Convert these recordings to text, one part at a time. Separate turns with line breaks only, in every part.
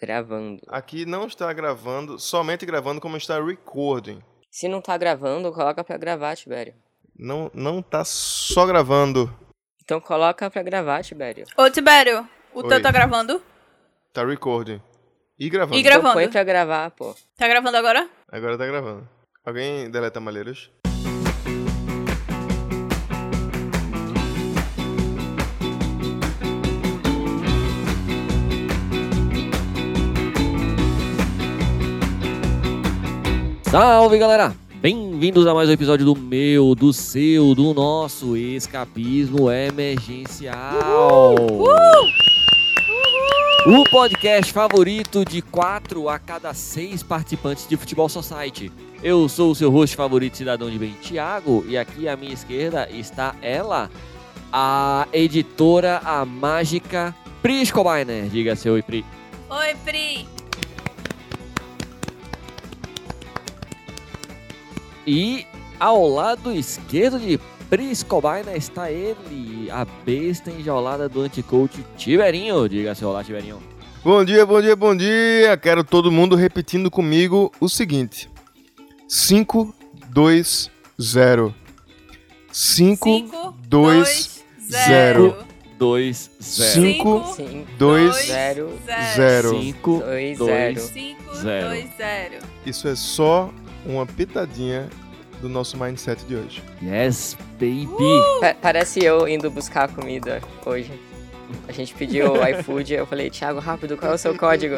Gravando.
Aqui não está gravando, somente gravando como está recording.
Se não tá gravando, coloca pra gravar, Tibério.
Não, não tá só gravando,
Então coloca pra gravar, Tibério.
Ô, Tibério, o
Oi.
teu tá gravando?
tá recording. E gravando.
E gra- Gravando.
Então põe pra gravar, pô.
Tá gravando agora?
Agora tá gravando. Alguém deleta malheiros?
Salve galera! Bem-vindos a mais um episódio do meu, do seu, do nosso Escapismo Emergencial! O podcast favorito de 4 a cada 6 participantes de Futebol Society. Eu sou o seu host favorito, cidadão de bem, Thiago, e aqui à minha esquerda está ela, a editora, a mágica Pri Escobainer. Diga seu oi, Pri.
Oi, Pri.
E ao lado esquerdo de Pris Cobaina está ele, a besta enjaulada do anticoach Tiberinho. Diga seu olá, Tiberinho.
Bom dia, bom dia, bom dia! Quero todo mundo repetindo comigo o seguinte: 5, 2, 0. 5,
Cinco,
dois,
zero.
2, 0.
5,
Sim.
2,
zero,
zero.
5,
Dois,
2,
zero.
Cinco,
Zero.
dois, zero.
Isso é só uma pitadinha do nosso mindset de hoje.
yes, baby.
Pa- parece eu indo buscar a comida hoje. A gente pediu o iFood, eu falei, Thiago, rápido, qual é o seu código?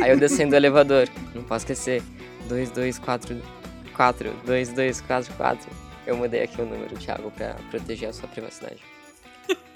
Aí eu descendo do elevador. Não posso esquecer. 2244. 2244. Eu mudei aqui o número, Thiago, pra proteger a sua privacidade.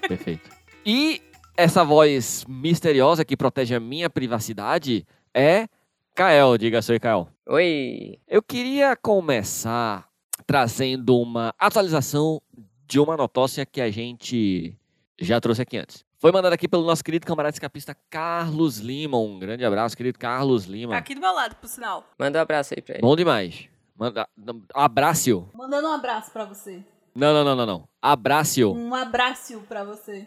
Perfeito. E essa voz misteriosa que protege a minha privacidade é Kael. Diga seu oi, Kael.
Oi!
Eu queria começar trazendo uma atualização de uma notócia que a gente já trouxe aqui antes. Foi mandada aqui pelo nosso querido camarada escapista Carlos Lima. Um grande abraço, querido Carlos Lima.
Aqui do meu lado, por sinal.
Manda um abraço aí pra ele.
Bom demais. Manda... Abraço.
Mandando um abraço pra você.
Não, não, não, não, não. Abraço.
Um abraço pra você.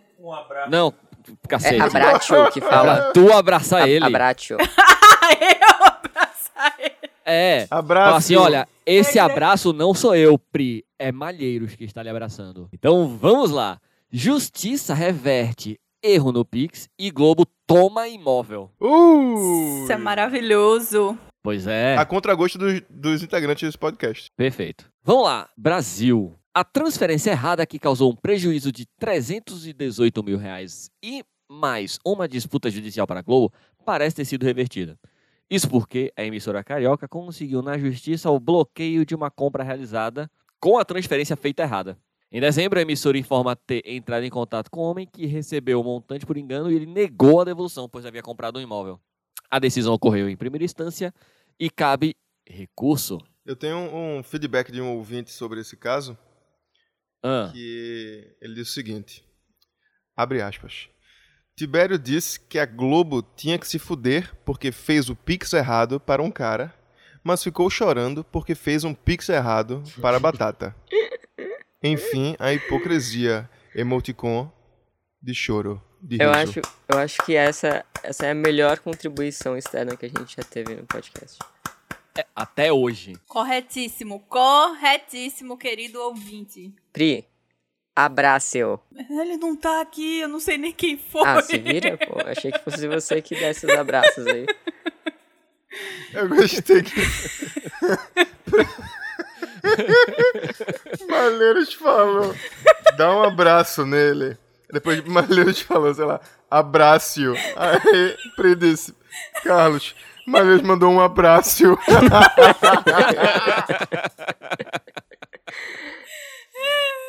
Não,
É
cacete.
Abracho que fala.
Fala, tu abraça ele.
Abracho.
Ah, eu abraçar ele.
É.
Abraço!
Fala assim, olha, esse abraço não sou eu, Pri, é Malheiros que está lhe abraçando. Então vamos lá. Justiça reverte erro no Pix e Globo toma imóvel.
Uh!
Isso é maravilhoso.
Pois é,
A contragosto dos, dos integrantes desse podcast.
perfeito. Vamos lá, Brasil. A transferência errada que causou um prejuízo de 318 mil reais e mais uma disputa judicial para a Globo parece ter sido revertida. Isso porque a emissora carioca conseguiu na justiça o bloqueio de uma compra realizada com a transferência feita errada. Em dezembro, a emissora informa ter entrado em contato com o homem que recebeu o montante por engano e ele negou a devolução, pois havia comprado um imóvel. A decisão ocorreu em primeira instância e cabe recurso.
Eu tenho um feedback de um ouvinte sobre esse caso,
Ah,
que ele diz o seguinte: abre aspas. Tibério disse que a Globo tinha que se fuder porque fez o pix errado para um cara, mas ficou chorando porque fez um pix errado para a batata. Enfim, a hipocrisia emoticon de choro, de riso.
Eu acho, eu acho que essa, essa é a melhor contribuição externa que a gente já teve no podcast.
é, até hoje.
Corretíssimo, corretíssimo, querido ouvinte.
Pri, abraço.
Ele não tá aqui, eu não sei nem quem foi.
Ah, se vira, pô. Achei que fosse você que desse os abraços aí.
Eu gostei que. Malheiros falou. Dá um abraço nele. Depois Malheiros falou, sei lá, abraço. Aí Pri disse, Carlos, Malheiros mandou um abraço.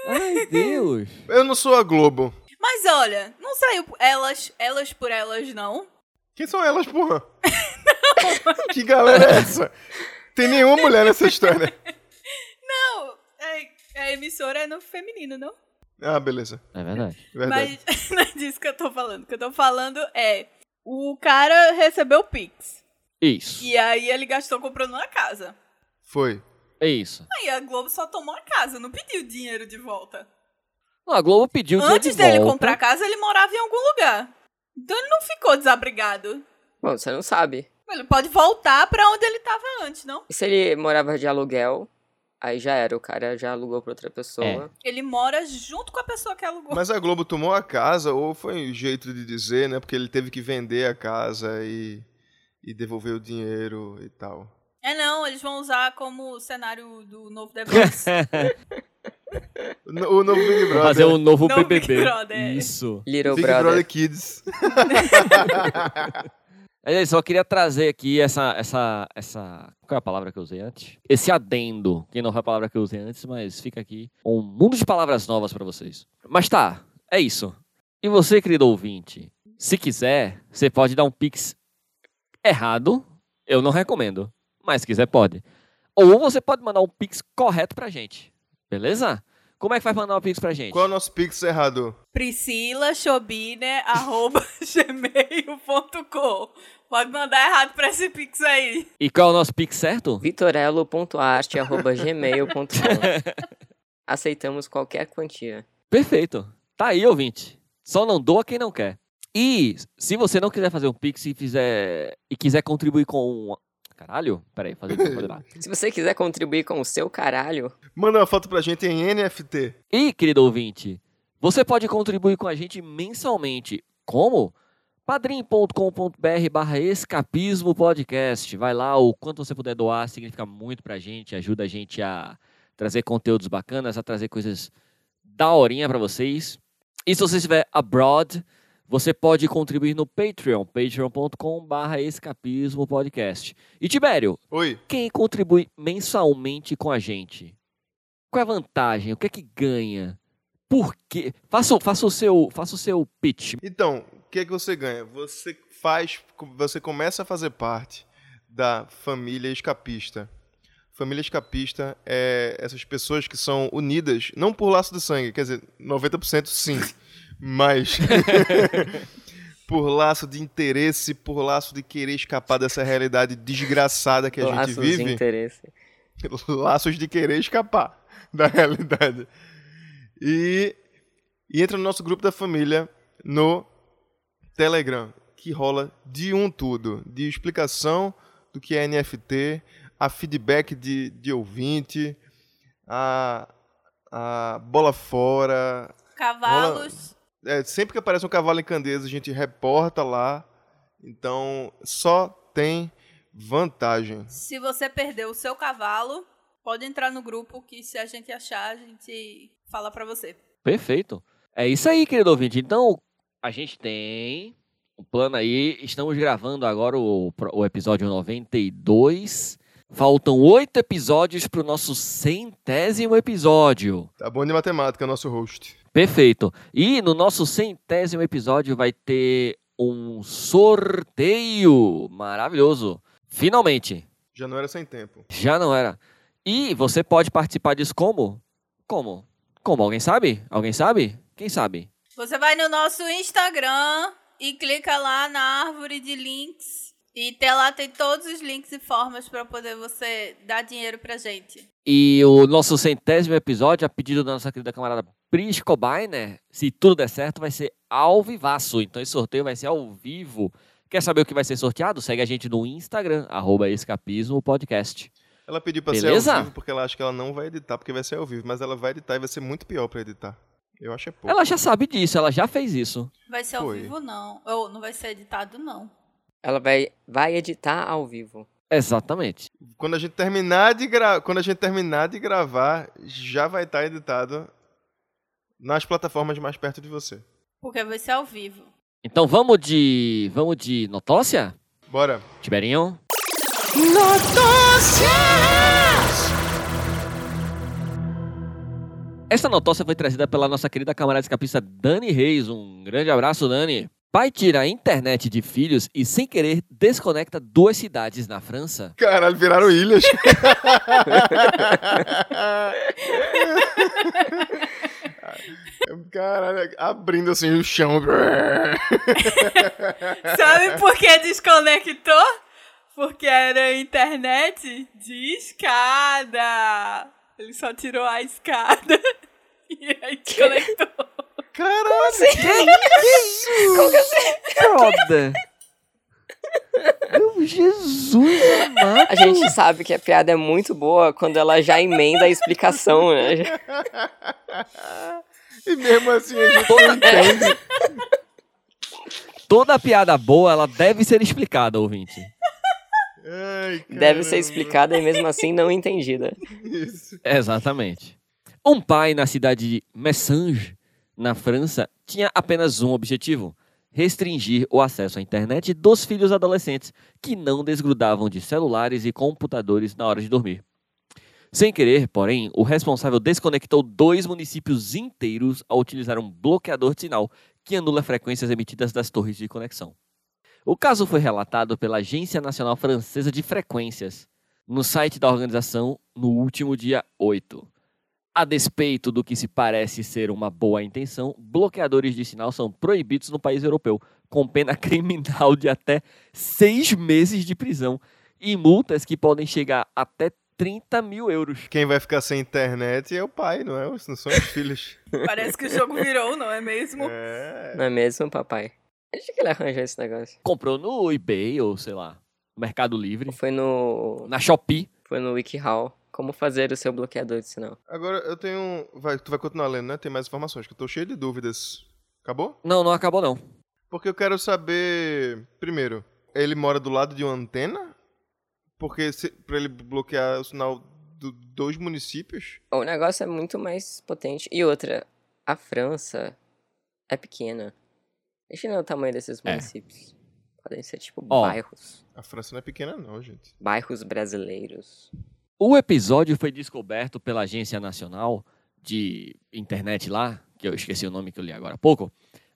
Ai, Deus.
Eu não sou a Globo.
Mas olha, não saiu elas, elas por elas, não.
Quem são elas, porra? que galera é essa? Tem nenhuma mulher nessa história.
Não, é- a emissora é no feminino, não?
Ah, beleza.
É verdade.
Verdade.
Mas não é disso que eu tô falando. O que eu tô falando é. O cara recebeu o Pix.
Isso.
E aí ele gastou comprando uma casa.
Foi.
É isso.
Aí a Globo só tomou a casa, não pediu dinheiro de volta.
Não, a Globo pediu dinheiro
Antes
de
dele
volta.
comprar a casa, ele morava em algum lugar. Então ele não ficou desabrigado.
Bom, você não sabe.
Ele pode voltar pra onde ele tava antes, não?
E se ele morava de aluguel, aí já era, o cara já alugou pra outra pessoa.
Ele mora junto com a pessoa que alugou.
Mas a Globo tomou a casa, ou foi um jeito de dizer, né? Porque ele teve que vender a casa e, e devolver o dinheiro e tal.
É não, eles vão usar como cenário do novo The Voice.
O no- O novo Big Brother.
Fazer um novo
Novo Big
BBB.
Brother.
Isso.
Little
Big
Brother.
Brother Kids.
Mas é eu só queria trazer aqui essa, essa, essa. Qual é a palavra que eu usei antes? Esse adendo, que não foi a palavra que eu usei antes, mas fica aqui um mundo de palavras novas pra vocês. Mas tá, é isso. E você, querido ouvinte, se quiser, você pode dar um pix errado. Eu não recomendo, mas se quiser, pode. Ou você pode mandar um pix correto pra gente, beleza? Como é que vai mandar um pix pra gente?
Qual é o nosso pix errado?
Priscila Chobiner, arroba gmail.com. Pode mandar errado pra esse pix aí.
E qual é o nosso pix certo?
vitorello.arte.gmail.com Aceitamos qualquer quantia.
Perfeito. Tá aí, ouvinte. Só não doa quem não quer. E se você não quiser fazer um Pix e, fizer, e quiser contribuir com um... Caralho? Peraí, fazer fazer lá.
Se você quiser contribuir com o seu caralho,
Manda uma foto pra gente em NFT.
E, querido ouvinte, você pode contribuir com a gente mensalmente. Como? padrim.com.br barra escapismo podcast. Vai lá, o quanto você puder doar significa muito pra gente, ajuda a gente a trazer conteúdos bacanas, a trazer coisas da horinha pra vocês. E se você estiver abroad, você pode contribuir no Patreon, patreon.com barra escapismo podcast. E Tibério,
Oi.
quem contribui mensalmente com a gente. Qual é a vantagem? O que é que ganha? Por quê? Faça, o- faça o seu, faça o seu pitch.
Então, o que é que você ganha? Você faz, você começa a fazer parte da família escapista. Família escapista é essas pessoas que são unidas, não por laço de sangue, quer dizer, 90% sim, mas por laço de interesse, por laço de querer escapar dessa realidade desgraçada que a gente
laços de
vive
interesse.
laços de querer escapar da realidade. E, e entra no nosso grupo da família no Telegram, que rola de um tudo, de explicação do que é NFT, a feedback de, de ouvinte, a, a bola fora.
Cavalos.
É, sempre que aparece um cavalo em candeias, a gente reporta lá. Então, só tem vantagem.
Se você perdeu o seu cavalo, pode entrar no grupo que se a gente achar, a gente fala pra você.
Perfeito. É isso aí, querido ouvinte. Então, a gente tem um plano aí. Estamos gravando agora o, pro- o episódio 92. Faltam oito episódios para o nosso centésimo episódio.
Tá bom de matemática, nosso host.
Perfeito. E no nosso centésimo episódio vai ter um sorteio maravilhoso. Finalmente.
Já não era sem tempo.
Já não era. E você pode participar disso como? Como? Como? Alguém sabe? Alguém sabe? Quem sabe?
Você vai no nosso Instagram e clica lá na árvore de links. E até lá tem todos os links e formas pra poder você dar dinheiro pra gente.
E o nosso centésimo episódio, a pedido da nossa querida camarada Pris Cobainer, se tudo der certo, vai ser ao vivaço. Então esse sorteio vai ser ao vivo. Quer saber o que vai ser sorteado? Segue a gente no Instagram, arroba escapismo podcast.
Ela pediu pra ser
Beleza?
ao vivo porque ela acha que ela não vai editar, porque vai ser ao vivo, mas ela vai editar e vai ser muito pior pra editar. Eu acho é pouco.
Ela já sabe disso, ela já fez isso.
Vai ser ao
Foi.
vivo, não. Ou não vai ser editado, não.
Ela vai, vai editar ao vivo.
Exatamente.
Quando a gente terminar de gra... quando a gente terminar de gravar, já vai estar editado nas plataformas mais perto de você.
Porque vai ser ao vivo.
Então vamos de. Vamos de notócia?
Bora.
Tiberinho? Esta notócia foi trazida pela nossa querida camarada escapista Dani Reis. Um grande abraço, Dani. Pai tira a internet de filhos e, sem querer, desconecta duas cidades na França.
Caralho, viraram ilhas. Caralho, abrindo assim o chão.
Sabe por que desconectou? Porque era internet de escada. Ele só tirou a escada e aí desconectou.
Caralho.
Broda! Meu Jesus amado.
A gente sabe que a piada é muito boa quando ela já emenda a explicação, né?
E mesmo assim a gente não entende.
É.
Toda piada boa, ela deve ser explicada, ouvinte.
Ai,
Deve ser
caramba.
explicada e mesmo assim não entendida.
Isso.
Exatamente. Um pai na cidade de Messange, na França, tinha apenas um objetivo: restringir o acesso à internet dos filhos adolescentes que não desgrudavam de celulares e computadores na hora de dormir. Sem querer, porém, o responsável desconectou dois municípios inteiros ao utilizar um bloqueador de sinal que anula frequências emitidas das torres de conexão. O caso foi relatado pela Agência Nacional Francesa de Frequências, no site da organização no último dia 8. A despeito do que se parece ser uma boa intenção, bloqueadores de sinal são proibidos no país europeu, com pena criminal de até seis meses de prisão e multas que podem chegar até 30 mil euros.
Quem vai ficar sem internet é o pai, não é? Não são os filhos.
Parece que o jogo virou, não é mesmo?
É.
Não é mesmo, papai? Acho que ele arranjou esse negócio.
Comprou no eBay ou sei lá, no Mercado Livre,
Foi no.
na Shopee.
Foi no WikiHow. Como fazer o seu bloqueador de sinal.
Agora eu tenho. um- Vai, tu vai continuar lendo, né? Tem mais informações, que eu tô cheio de dúvidas. Acabou?
Não, não acabou não.
Porque eu quero saber. Primeiro, ele mora do lado de uma antena? Porque se, pra ele bloquear o sinal de dois municípios?
O negócio é muito mais potente. E outra, a França é pequena. Imagina o tamanho desses
É.
municípios. Podem ser tipo
Ó.
bairros.
A França não é pequena, não, gente.
Bairros brasileiros.
O episódio foi descoberto pela Agência Nacional de Internet lá, que eu esqueci o nome que eu li agora há pouco,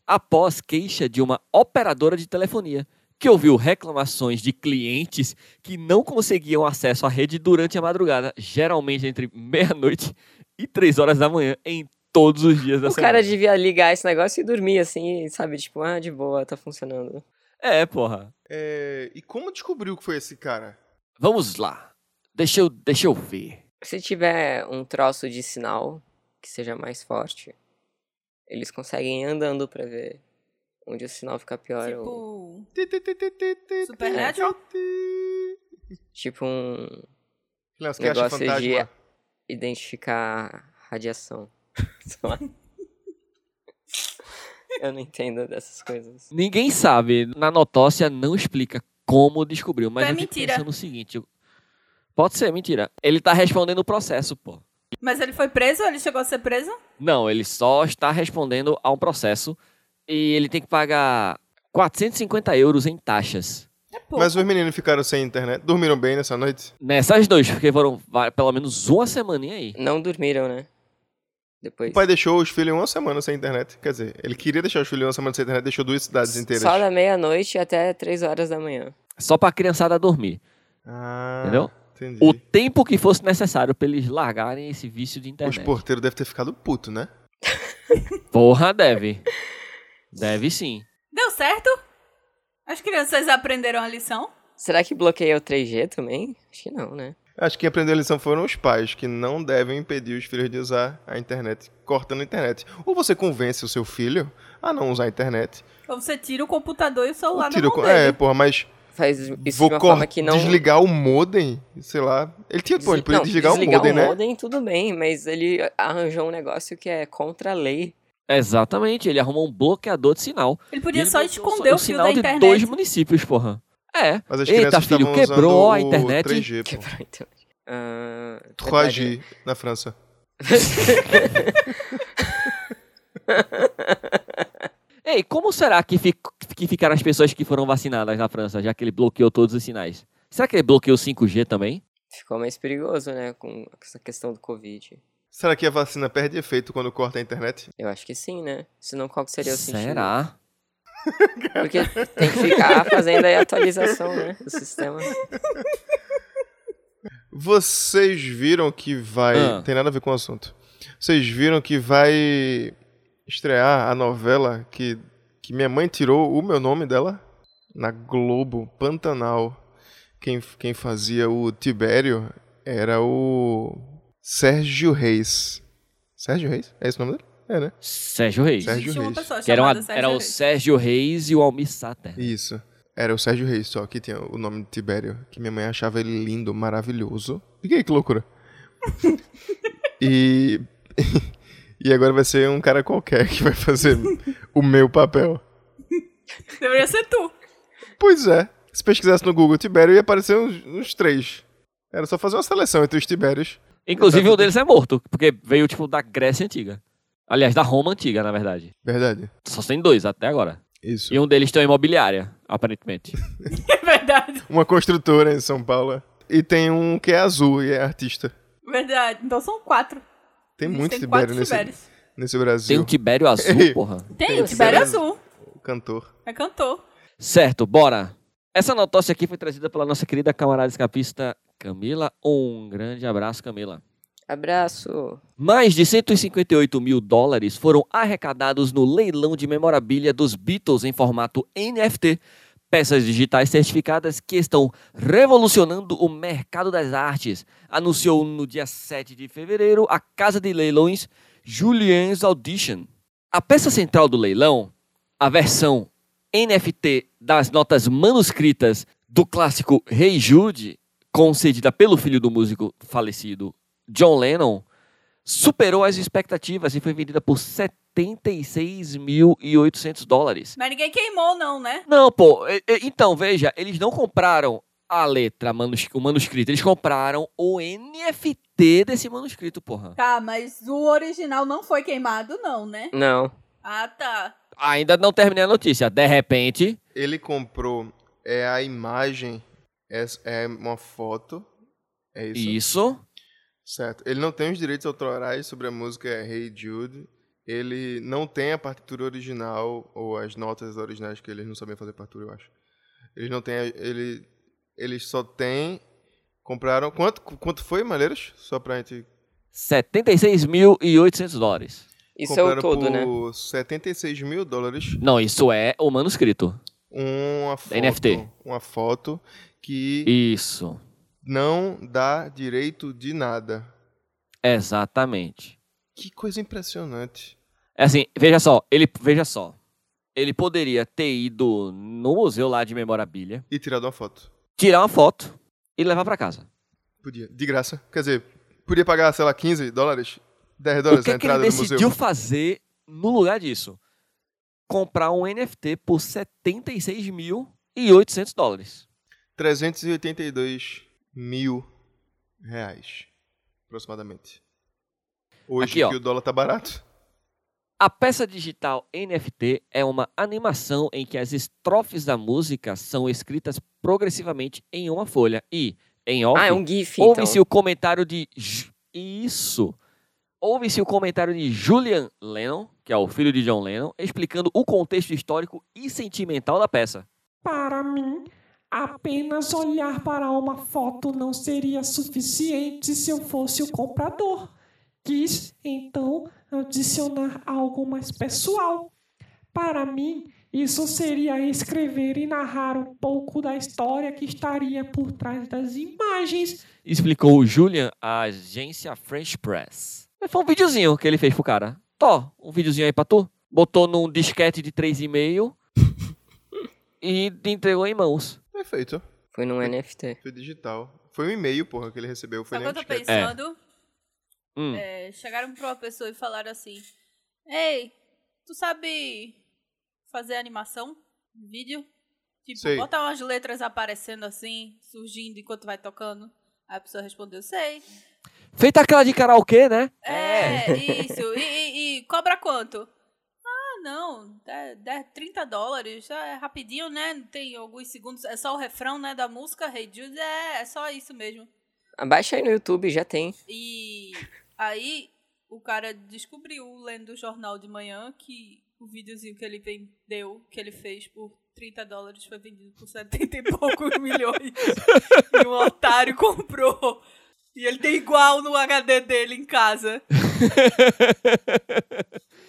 após queixa de uma operadora de telefonia, que ouviu reclamações de clientes que não conseguiam acesso à rede durante a madrugada, geralmente entre meia-noite e três horas da manhã, em todos os dias da
O
semana.
cara devia ligar esse negócio e dormir assim, sabe? Tipo, ah, de boa, tá funcionando.
É, porra.
É, e como descobriu que foi esse cara?
Vamos lá. Deixa eu, deixa eu ver.
Se tiver um troço de sinal que seja mais forte, eles conseguem ir andando pra ver onde o sinal fica pior. ou-
Tipo,
Supernatural?
Supernatural?
tipo um.
Aliás, que acha
Negócio
é fantasma.
de- identificar radiação. Sei lá. Eu não entendo dessas coisas.
Ninguém sabe. Na notócia não explica como descobriu, mas
Então é
eu fico
mentira.
pensando o seguinte. eu- Pode ser, mentira. Ele tá respondendo o processo, pô.
mas ele foi preso? Ele chegou a ser preso?
Não, ele só está respondendo a um processo e ele tem que pagar 450 euros em taxas.
É pouco.
Mas os meninos ficaram sem internet? Dormiram bem nessa noite?
Nessas duas, porque foram va- pelo menos uma semaninha aí.
Não dormiram, né? Depois.
O pai deixou os filhos uma semana sem internet. Quer dizer, ele queria deixar os filhos uma semana sem internet, deixou duas cidades inteiras.
Só da meia-noite até três horas da manhã.
Só pra criançada dormir.
Ah,
Entendeu?
Entendi.
O tempo que fosse necessário pra eles largarem esse vício de
Os
internet.
porteiros devem ter ficado puto, né?
Porra, deve. Deve sim.
Deu certo? As crianças aprenderam a lição?
Será que bloqueia o 3G também? Acho que não, né?
Acho que quem aprendeu a lição foram os pais, que não devem impedir os filhos de usar a internet, cortando a internet. Ou você convence o seu filho a não usar a internet.
Ou você tira o computador e o
ou
celular da
tira o
mão
co- É,
dele?
porra, mas
Faz isso
vou
de uma
cor-
forma que não.
desligar o modem, sei lá. Ele tinha, pô, ele
Desli-
podia
não,
desligar,
desligar
o modem, né?
tudo bem, mas ele arranjou um negócio que é contra a lei.
Exatamente, ele arrumou um bloqueador de sinal.
Ele podia
Ele
só
botou
esconder o, fio
sinal
da
de
internet.
dois municípios, porra. É.
Mas as
Eita,
crianças
filho,
estavam
quebrou
usando
a internet.
O 3G, pô.
Quebrou, então. Ah,
3G na França.
Ei, como será que, fi- que ficaram as pessoas que foram vacinadas na França, já que ele bloqueou todos os sinais? Será que ele bloqueou o 5G também?
Ficou mais perigoso, né? Com essa questão do Covid.
Será que a vacina perde efeito quando corta a internet?
Eu acho que sim, né? Senão qual que seria o sentido?
Será?
Porque tem que ficar fazendo aí a atualização, né? Do sistema.
Vocês viram que vai.
Ah.
Tem nada a ver com o assunto. Vocês viram que vai estrear a novela que, que minha mãe tirou o meu nome dela? Na Globo, Pantanal. Quem, quem fazia o Tibério era o Sérgio Reis. Sérgio Reis? É esse o nome dele? É, né?
Sérgio Reis.
Sérgio
Existe uma
Reis.
pessoa
Que era, uma-
chamada Sérgio
era o
Reis.
Sérgio Reis e o Almir Sater.
Isso. Era o Sérgio Reis só que tinha o nome de Tibério, que minha mãe achava ele lindo, maravilhoso. Fica aí que loucura. e e agora vai ser um cara qualquer que vai fazer o meu papel.
Deveria ser tu.
Pois é. Se pesquisasse no Google Tibério, ia aparecer uns, uns três. Era só fazer uma seleção entre os Tibérios.
Inclusive, um deles é morto, porque veio, tipo, da Grécia Antiga. Aliás, da Roma Antiga, na verdade.
Verdade.
Só tem dois até agora.
Isso.
E um deles tem uma imobiliária, aparentemente.
É verdade.
Uma construtora em São Paulo. E tem um que é azul e é artista.
Verdade. Então são quatro.
Tem
Eles
muito
têm
Tibério
quatro
nesse,
Tibérios.
nesse
Tem
Brasil.
um Tibério azul,
Ei.
porra.
Tem,
Tem
o Tibério
Tibério.
é Azul.
O cantor.
É cantor.
Certo, bora. Essa notócia aqui foi trazida pela nossa querida camarada escapista Camila. Um grande abraço, Camila.
Abraço.
Mais de 158 mil dólares foram arrecadados no leilão de memorabilia dos Beatles em formato NFT, peças digitais certificadas que estão revolucionando o mercado das artes, anunciou no dia 7 de fevereiro a casa de leilões Julien's Audition. A peça central do leilão, a versão NFT das notas manuscritas do clássico Rei hey Jude, concedida pelo filho do músico falecido John Lennon, superou as expectativas e foi vendida por 76.800 dólares.
Mas ninguém queimou, não, né?
Não, pô, e- e- então veja, eles não compraram a letra, manus- o manuscrito, eles compraram o NFT desse manuscrito, porra.
Tá, mas o original não foi queimado, não, né?
Não.
Ah, tá.
Ainda não terminei a notícia. De repente,
Ele comprou é a imagem, é, é uma foto. É isso.
isso.
Certo. Ele não tem os direitos autorais sobre a música é Hey Jude. Ele não tem a partitura original ou as notas originais que eles não sabiam fazer partitura, eu acho. Eles não têm, a- ele eles só tem compraram quanto quanto foi, Maleiros? Só pra gente
76.800 dólares.
Isso é
compraram
o todo,
por
né?
76 mil dólares
Não, isso é o manuscrito.
uma foto,
NFT.
uma foto que
Isso.
não dá direito de nada.
Exatamente.
Que coisa impressionante.
É assim, veja só, ele veja só. Ele poderia ter ido no museu lá de memorabilia,
E tirado uma foto.
tirar uma foto e levar pra casa.
Podia, de graça. Quer dizer, podia pagar, sei lá, 15 dólares, 10
O
dólares
que,
na
é que ele
entrada do museu.
decidiu fazer no lugar disso? Comprar um NFT por 76.800 dólares.
382 mil reais, aproximadamente. Hoje
Aqui, ó.
que o dólar tá barato.
A peça digital NFT é uma animação em que as estrofes da música são escritas progressivamente em uma folha e, em off,
Ah, é um GIF, então.
Ouve-se o comentário de. Ju- Isso! Ouve-se o comentário de Julian Lennon, que é o filho de John Lennon, explicando o contexto histórico e sentimental da peça.
Para mim, apenas olhar para uma foto não seria suficiente se eu fosse o comprador. Quis, então, adicionar algo mais pessoal. Para mim, isso seria escrever e narrar um pouco da história que estaria por trás das imagens.
Explicou Julian à agência French Press. Foi um videozinho que ele fez pro cara. Tó, um videozinho aí pra tu. Botou num disquete de 3,5 e te entregou em mãos.
Perfeito.
Foi num NFT.
Foi digital. Foi um e-mail, porra, que ele recebeu. Foi
Sabe o que eu
nem
tô
um disquete.
pensando?
Hum.
É, chegaram pra uma pessoa e falaram assim: Ei, tu sabe fazer animação? Vídeo? Tipo,
Sei.
botar umas letras aparecendo assim, surgindo enquanto vai tocando. Aí a pessoa respondeu: Sei.
Feita aquela de karaokê, né?
É, isso. E, e- e cobra quanto? Ah, não. dá- dá 30 dólares. É rapidinho, né? Tem alguns segundos. É só o refrão, né? Da música. Hey Jude. É, é só isso mesmo.
Abaixa aí no YouTube, já tem.
E aí o cara descobriu, lendo o jornal de manhã, que o videozinho que ele vendeu, que ele fez por 30 dólares, foi vendido por 70 e poucos milhões. E um otário comprou. E ele tem igual no HD dele em casa.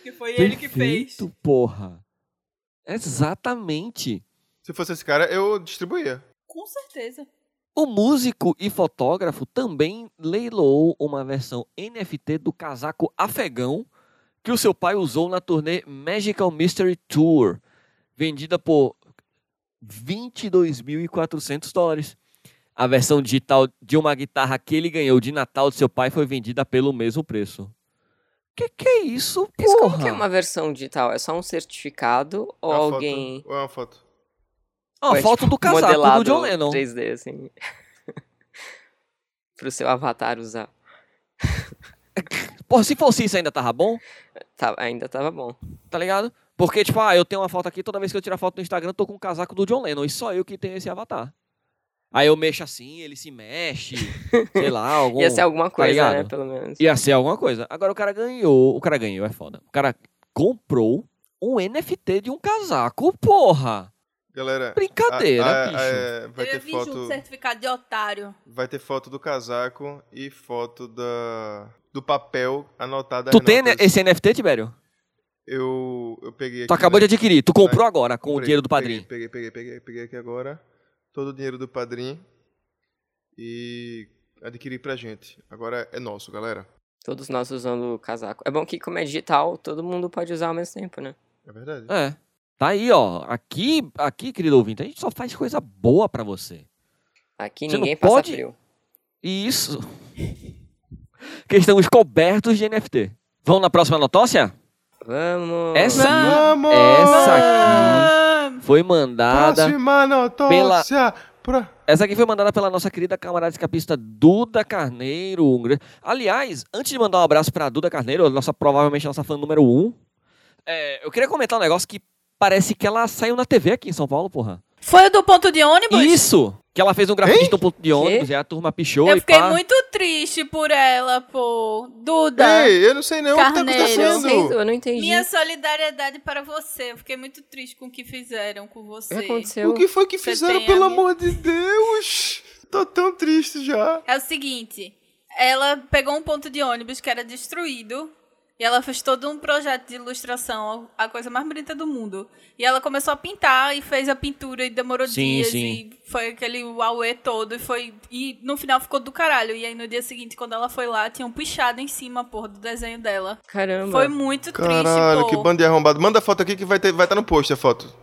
que foi ele que fez.
Perfeito, porra. Exatamente.
Se fosse esse cara, eu distribuía.
Com certeza.
O músico e fotógrafo também leiloou uma versão NFT do casaco afegão que o seu pai usou na turnê Magical Mystery Tour, vendida por 22.400 dólares. A versão digital de uma guitarra que ele ganhou de Natal de seu pai foi vendida pelo mesmo preço. Que que é isso, porra?
Mas como que é uma versão digital? É só um certificado ou
É uma foto-
alguém.
Ou é uma foto?
Uma
Ué,
foto
tipo,
do casaco
modelado
do John Lennon.
3D, assim. Pro seu avatar usar.
Porra, se fosse isso ainda tava bom,
Tá, ainda tava bom.
tá ligado? Porque, tipo, ah, eu tenho uma foto aqui, toda vez que eu tiro a foto no Instagram, eu tô com o casaco do John Lennon, e só eu que tenho esse avatar. Aí eu mexo assim, ele se mexe, sei lá, algum...
Ia ser alguma coisa, né?
tá ligado?
Pelo menos.
Ia ser alguma coisa. Agora o cara ganhou. O cara ganhou, é foda. O cara comprou um NFT de um casaco, porra!
Galera.
Brincadeira,
a- a-
bicho.
a- vai
Eu ia
ter
vir
foto.
junto, certificado de otário.
Vai ter foto do casaco e foto da do papel anotado.
tu
as
tem né,
notas.
esse NFT, Tibério?
Eu eu peguei.
Tu
aqui,
acabou
né?
de adquirir. Tu comprou agora com o
Comprei,
dinheiro do padrinho.
Peguei, peguei, peguei, peguei, peguei aqui agora. Todo o dinheiro do padrinho e adquiri pra gente. Agora é nosso, galera.
Todos nós usando o casaco. É bom que, como é digital, todo mundo pode usar ao mesmo tempo, né?
É verdade.
É. Tá aí, ó. Aqui, aqui, querido ouvinte, a gente só faz coisa boa pra você.
Aqui
Você não
ninguém passa
pode?
frio.
E isso. que estamos cobertos de NFT. Vamos na próxima notócia?
Vamos!
Essa-
Vamos!
Essa aqui
Ah,
foi mandada.
Próxima notócia. Pra...
Essa aqui foi mandada pela nossa querida camarada escapista Duda Carneiro. um grande- Aliás, antes de mandar um abraço pra Duda Carneiro, a nossa, provavelmente a nossa fã número um, é, eu queria comentar um negócio que parece que ela saiu na TV aqui em São Paulo, porra.
Foi o do ponto de ônibus?
Isso! Que ela fez um grafite no ponto de ônibus,
Quê?
e a turma pichou
Eu
e
fiquei
pá.
muito triste por ela, pô. Duda.
Ei, eu não sei nem o que tá
é
Carneiro.
eu, não sei,
acontecendo.
eu não entendi.
Minha solidariedade para você. Eu fiquei muito triste com o que fizeram com você.
O que aconteceu?
O que foi que
Você
fizeram,
tem,
pelo
amigo?
amor de Deus? Tô tão triste já.
É o seguinte, ela pegou um ponto de ônibus que era destruído e ela fez todo um projeto de ilustração, a coisa mais bonita do mundo. E ela começou a pintar e fez a pintura e demorou
Sim,
dias
sim.
e foi aquele auê todo e foi e no final ficou do caralho. E aí no dia seguinte quando ela foi lá, tinham pichado em cima, porra, do desenho dela.
Caramba.
Foi muito
Caralho,
triste,
que
pô.
bando de arrombado. Manda a foto aqui que vai estar vai tá no post a foto.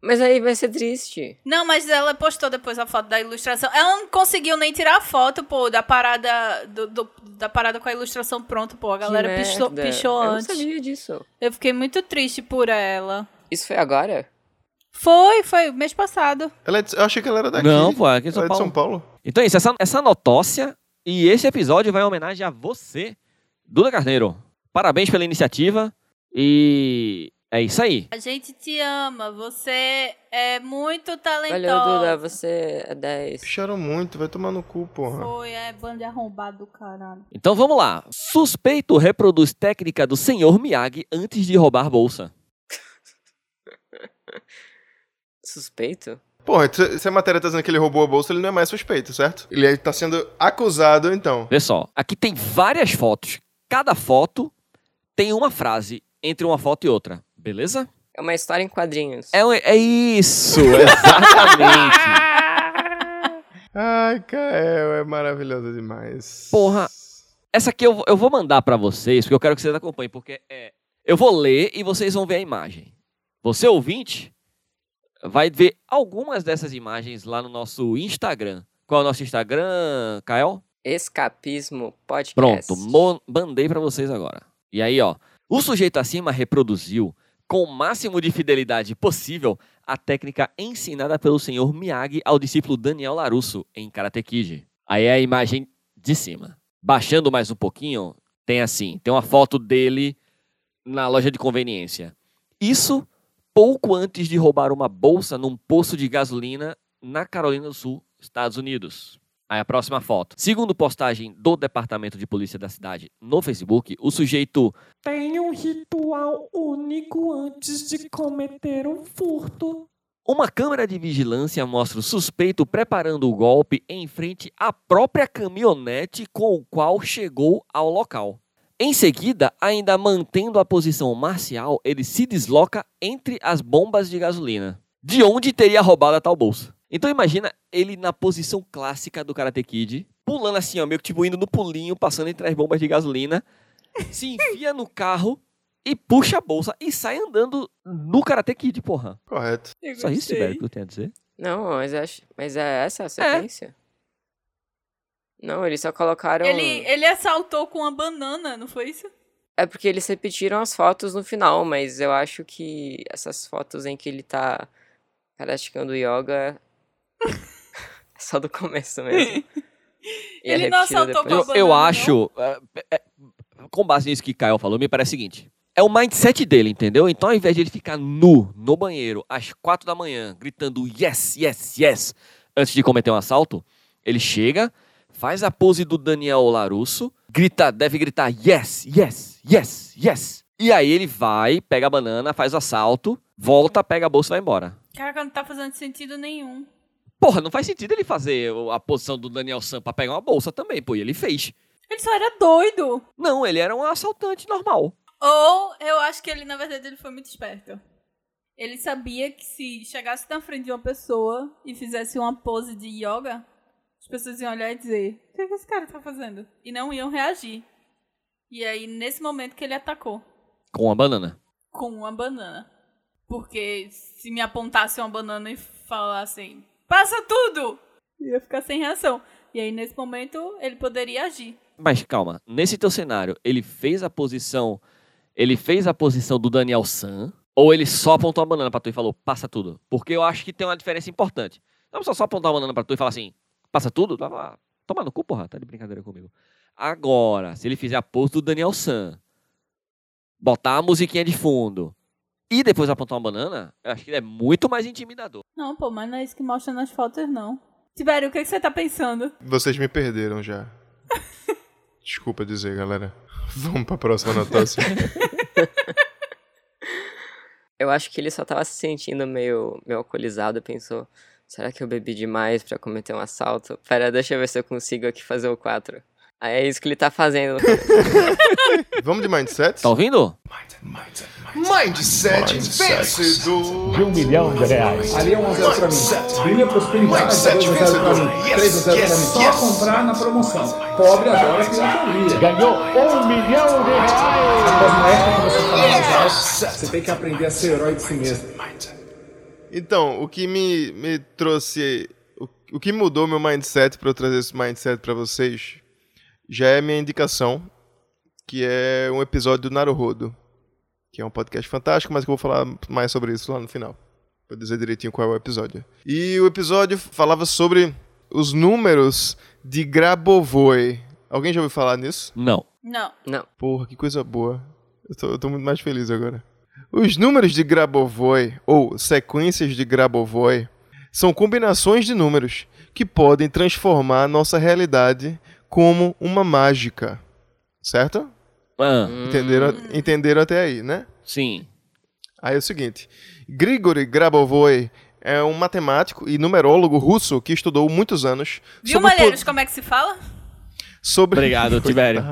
Mas aí vai ser triste.
Não, mas ela postou depois a foto da ilustração. Ela não conseguiu nem tirar a foto, pô, da parada do, do- da parada com a ilustração pronta, pô. A galera
Que
pichou,
merda.
pichou
é. eu
antes.
Eu não sabia disso.
Eu fiquei muito triste por ela.
Isso foi agora?
Foi, foi mês passado.
Ela é de- eu achei que ela era daqui.
Não, pô, é aqui em
ela
São
é de
Paulo.
São Paulo.
Então é isso, essa, essa notócia e esse episódio vai em homenagem a você, Duda Carneiro. Parabéns pela iniciativa e é isso aí.
A gente te ama, você é muito talentosa.
Valeu, Duda. Você é 10.
Picharam muito, vai tomar no cu, porra.
Foi, é bando de arrombado do caralho.
Então vamos lá. Suspeito reproduz técnica do senhor Miyagi antes de roubar bolsa.
Suspeito?
Porra, se se a matéria tá dizendo que ele roubou a bolsa, ele não é mais suspeito, certo? Ele é- tá sendo acusado, então.
Vê só, aqui tem várias fotos. Cada foto tem uma frase entre uma foto e outra. Beleza?
É uma história em quadrinhos.
É, um- é isso, exatamente.
Ai, Kael, é maravilhosa demais.
Porra. Essa aqui eu, eu vou mandar pra vocês, porque eu quero que vocês acompanhem, porque é, eu vou ler e vocês vão ver a imagem. Você ouvinte vai ver algumas dessas imagens lá no nosso Instagram. Qual é o nosso Instagram, Kael?
Escapismo Podcast.
Pronto, mo- mandei pra vocês agora. E aí, ó. O sujeito acima reproduziu, com o máximo de fidelidade possível, a técnica ensinada pelo senhor Miyagi ao discípulo Daniel Larusso em Karate Kid. Aí é a imagem de cima. Baixando mais um pouquinho, tem assim, tem uma foto dele na loja de conveniência. Isso pouco antes de roubar uma bolsa num poço de gasolina na Carolina do Sul, Estados Unidos. Aí a próxima foto. Segundo postagem do Departamento de Polícia da cidade no Facebook, o sujeito.
Tem um ritual único antes de cometer um furto.
Uma câmera de vigilância mostra o suspeito preparando o golpe em frente à própria caminhonete com o qual chegou ao local. Em seguida, ainda mantendo a posição marcial, ele se desloca entre as bombas de gasolina. De onde teria roubado a tal bolsa? Então imagina ele na posição clássica do Karate Kid, pulando assim, ó, meio que tipo indo no pulinho, passando entre as bombas de gasolina, se enfia no carro e puxa a bolsa e sai andando no Karate Kid, porra.
Correto.
Eu
Só isso,
gostei.
Tibério, que eu tenho a dizer.
Não, mas, eu acho, mas é essa a sequência? Não, eles só colocaram.
Ele, ele assaltou com uma banana, não foi isso?
É porque eles repetiram as fotos no final, mas eu acho que essas fotos em que ele tá praticando yoga é só do começo mesmo. E é
Ele não
repetido
assaltou
depois.
Mas
Eu, eu
não.
acho, é, é, com base nisso que Caio falou, me parece o seguinte. É o mindset dele, entendeu? Então, ao invés de ele ficar nu no banheiro às quatro da manhã, gritando yes, yes, yes, antes de cometer um assalto, ele chega, faz a pose do Daniel Larusso, grita, deve gritar yes, yes, yes, yes. E aí ele vai, pega a banana, faz o assalto, volta, pega a bolsa e vai embora.
Caraca, não tá fazendo sentido nenhum.
Porra, não faz sentido ele fazer o- a posição do Daniel Sam pra pegar uma bolsa também, pô, e ele fez.
Ele só era doido.
Não, ele era um assaltante normal.
Ou eu acho que ele, na verdade, ele foi muito esperto. Ele sabia que se chegasse na frente de uma pessoa e fizesse uma pose de yoga, as pessoas iam olhar e dizer: O que, é que esse cara tá fazendo? E não iam reagir. E aí, nesse momento que ele atacou
Com a banana.
com uma banana. Porque se me apontasse uma banana e falassem: Passa tudo! Eu ia ficar sem reação. E aí, nesse momento, ele poderia agir.
Mas calma, nesse teu cenário, ele fez a posição. Ele fez a posição do Daniel San, ou ele só apontou a banana pra tu e falou, passa tudo? Porque eu acho que tem uma diferença importante. Não precisa só apontar a banana pra tu e falar assim, passa tudo? Tu vai falar, Toma no cu, porra, tá de brincadeira comigo. Agora, se ele fizer a pose do Daniel San, botar a musiquinha de fundo e depois apontar uma banana, eu acho que ele é muito mais intimidador.
Não, pô, mas não é isso que mostra nas fotos, não. Tibério, o que, é que você tá pensando?
Vocês me perderam já. Desculpa dizer, galera. Vamos pra próxima notócia.
Eu acho que ele só tava se sentindo meio, meio alcoolizado, pensou. Será que eu bebi demais pra cometer um assalto? Pera, deixa eu ver se eu consigo aqui fazer o 4. Aí é isso que ele tá fazendo.
Vamos de mindset?
Tá ouvindo?
Mindset, vencedor.
de um milhão de reais.
Ali é um a zero pra mim. Brilha prosperidade,
Mindset
2 a 0 pra mim.
vencedor.
3 a 0 pra
Yes,
mim. Só
yes,
comprar na promoção. Pobre adora pirataria.
Ganhou um milhão de reais.
Após uma época que você fala mais alto, você tem que aprender a ser herói de si mesmo.
Então, o que me, me trouxe. O, o que mudou meu mindset pra eu trazer esse mindset pra vocês já é minha indicação, que é um episódio do Naruhodo, que é um podcast fantástico, mas que eu vou falar mais sobre isso lá no final. Vou dizer direitinho qual é o episódio. E o episódio falava sobre os números de Grabovoi. Alguém já ouviu falar nisso?
Não.
Não.
Não.
Porra, que coisa boa. Eu tô, eu tô muito mais feliz agora. Os números de Grabovoi, ou sequências de Grabovoi, são combinações de números que podem transformar nossa realidade como uma mágica. Certo?
Ah,
Entenderam, entenderam até aí, né?
sim.
Aí é o seguinte: Grigori Grabovoi é um matemático e numerólogo russo que estudou muitos anos
Viu,
sobre o po-
Malheiros, como é que se fala?
sobre
Obrigado, Tibério.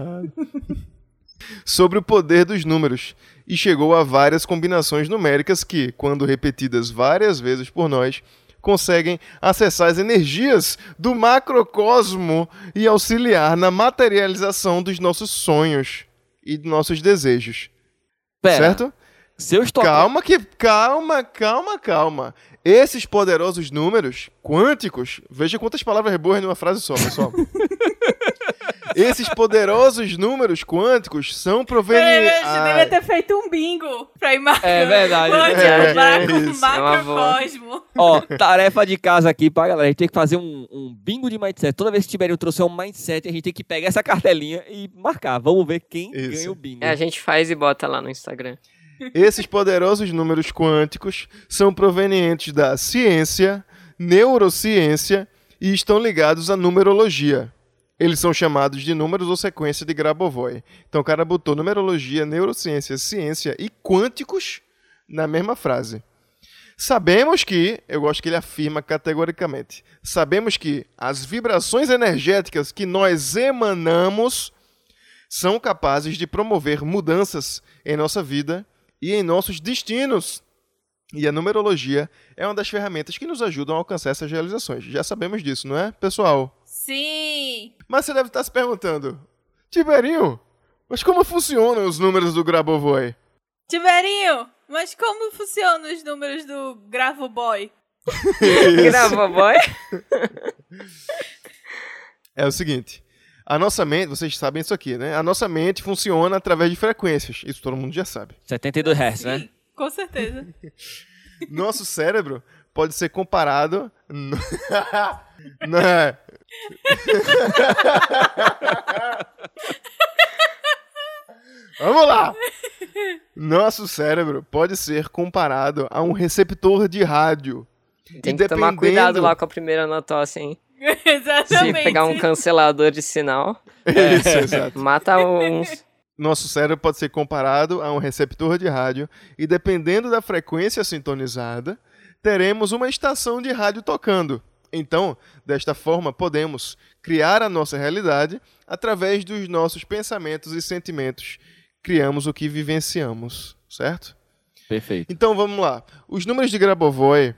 sobre o poder dos números e chegou a várias combinações numéricas que, quando repetidas várias vezes por nós, conseguem acessar as energias do macrocosmo e auxiliar na materialização dos nossos sonhos e dos nossos desejos,
Pera,
certo?
se eu estou
Calma que calma, calma, calma. Esses poderosos números quânticos, veja quantas palavras boas numa frase só, pessoal. Esses poderosos números quânticos são
Peraí,
provenientes.
Você devia ter feito um bingo pra ir marcando.
É verdade,
Onde
é
vai
verdade,
com o
isso,
é uma boa.
macrocosmo.
Ó, tarefa de casa aqui pra galera. A gente tem que fazer um, um bingo de mindset. Toda vez que Tibério trouxer um mindset, a gente tem que pegar essa cartelinha e marcar. Vamos ver quem
Isso.
ganha o bingo.
É, a gente faz e bota lá no Instagram.
Esses poderosos números quânticos são provenientes da ciência, neurociência e estão ligados à numerologia. Eles são chamados de números ou sequência de Grabovoi. Então o cara botou numerologia, neurociência, ciência e quânticos na mesma frase. Sabemos que, eu gosto que ele afirma categoricamente, sabemos que as vibrações energéticas que nós emanamos são capazes de promover mudanças em nossa vida e em nossos destinos. E a numerologia é uma das ferramentas que nos ajudam a alcançar essas realizações. Já sabemos disso, não é, pessoal?
Sim.
Mas você deve estar se perguntando, Tiberinho, mas como funcionam os números do Grabovoi?
Tiberinho, mas como funcionam os números do Gravo Boy?
Grava, boy.
É o seguinte. A nossa mente, vocês sabem isso aqui, né? A nossa mente funciona através de frequências. Isso todo mundo já sabe.
72 Hz, né?
Com certeza.
Nosso cérebro pode ser comparado. no- Né? Vamos lá! Nosso cérebro pode ser comparado a um receptor de rádio.
Tem que tomar
Dependendo-
cuidado lá com a primeira notócia, hein? Se
Exatamente.
pegar um cancelador de sinal,
Isso, É, exato.
mata uns.
Nosso cérebro pode ser comparado a um receptor de rádio e, dependendo da frequência sintonizada, teremos uma estação de rádio tocando. Então, desta forma, podemos criar a nossa realidade através dos nossos pensamentos e sentimentos. Criamos o que vivenciamos, certo?
Perfeito.
Então vamos lá. Os números de Grabovoi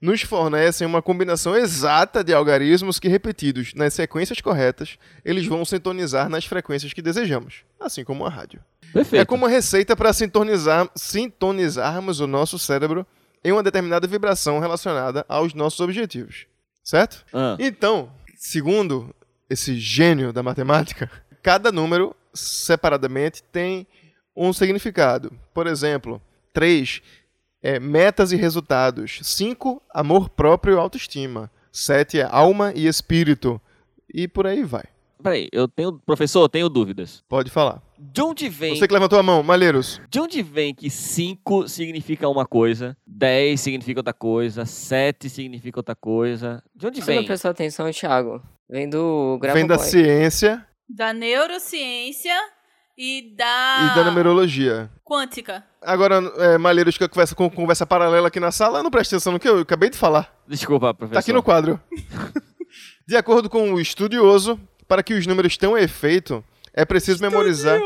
nos fornecem uma combinação exata de algarismos que, repetidos nas sequências corretas, eles vão sintonizar nas frequências que desejamos, assim como a rádio.
Perfeito.
É como uma receita para sintonizar, sintonizarmos o nosso cérebro em uma determinada vibração relacionada aos nossos objetivos, certo?
Ah,
Então, segundo esse gênio da matemática, cada número separadamente tem um significado. Por exemplo, 3 é metas e resultados, 5 amor próprio e autoestima, 7 é alma e espírito e por aí vai.
peraí, eu tenho. Professor, eu tenho dúvidas.
Pode falar.
De onde vem.
Você que levantou a mão, Malheiros.
De onde vem que 5 significa uma coisa, 10 significa outra coisa, 7 significa outra coisa? De onde
Você não
vem?
prestou atenção, Thiago. Vem do Grava
Vem da
Boy.
ciência
Da neurociência e da,
e da numerologia.
quântica.
Agora, é, Malheiros, que eu conversa com conversa paralela aqui na sala, não presta atenção no que eu acabei de falar.
Desculpa, professor.
Tá aqui no quadro. De acordo com o estudioso, para que os números tenham efeito, é preciso memorizar.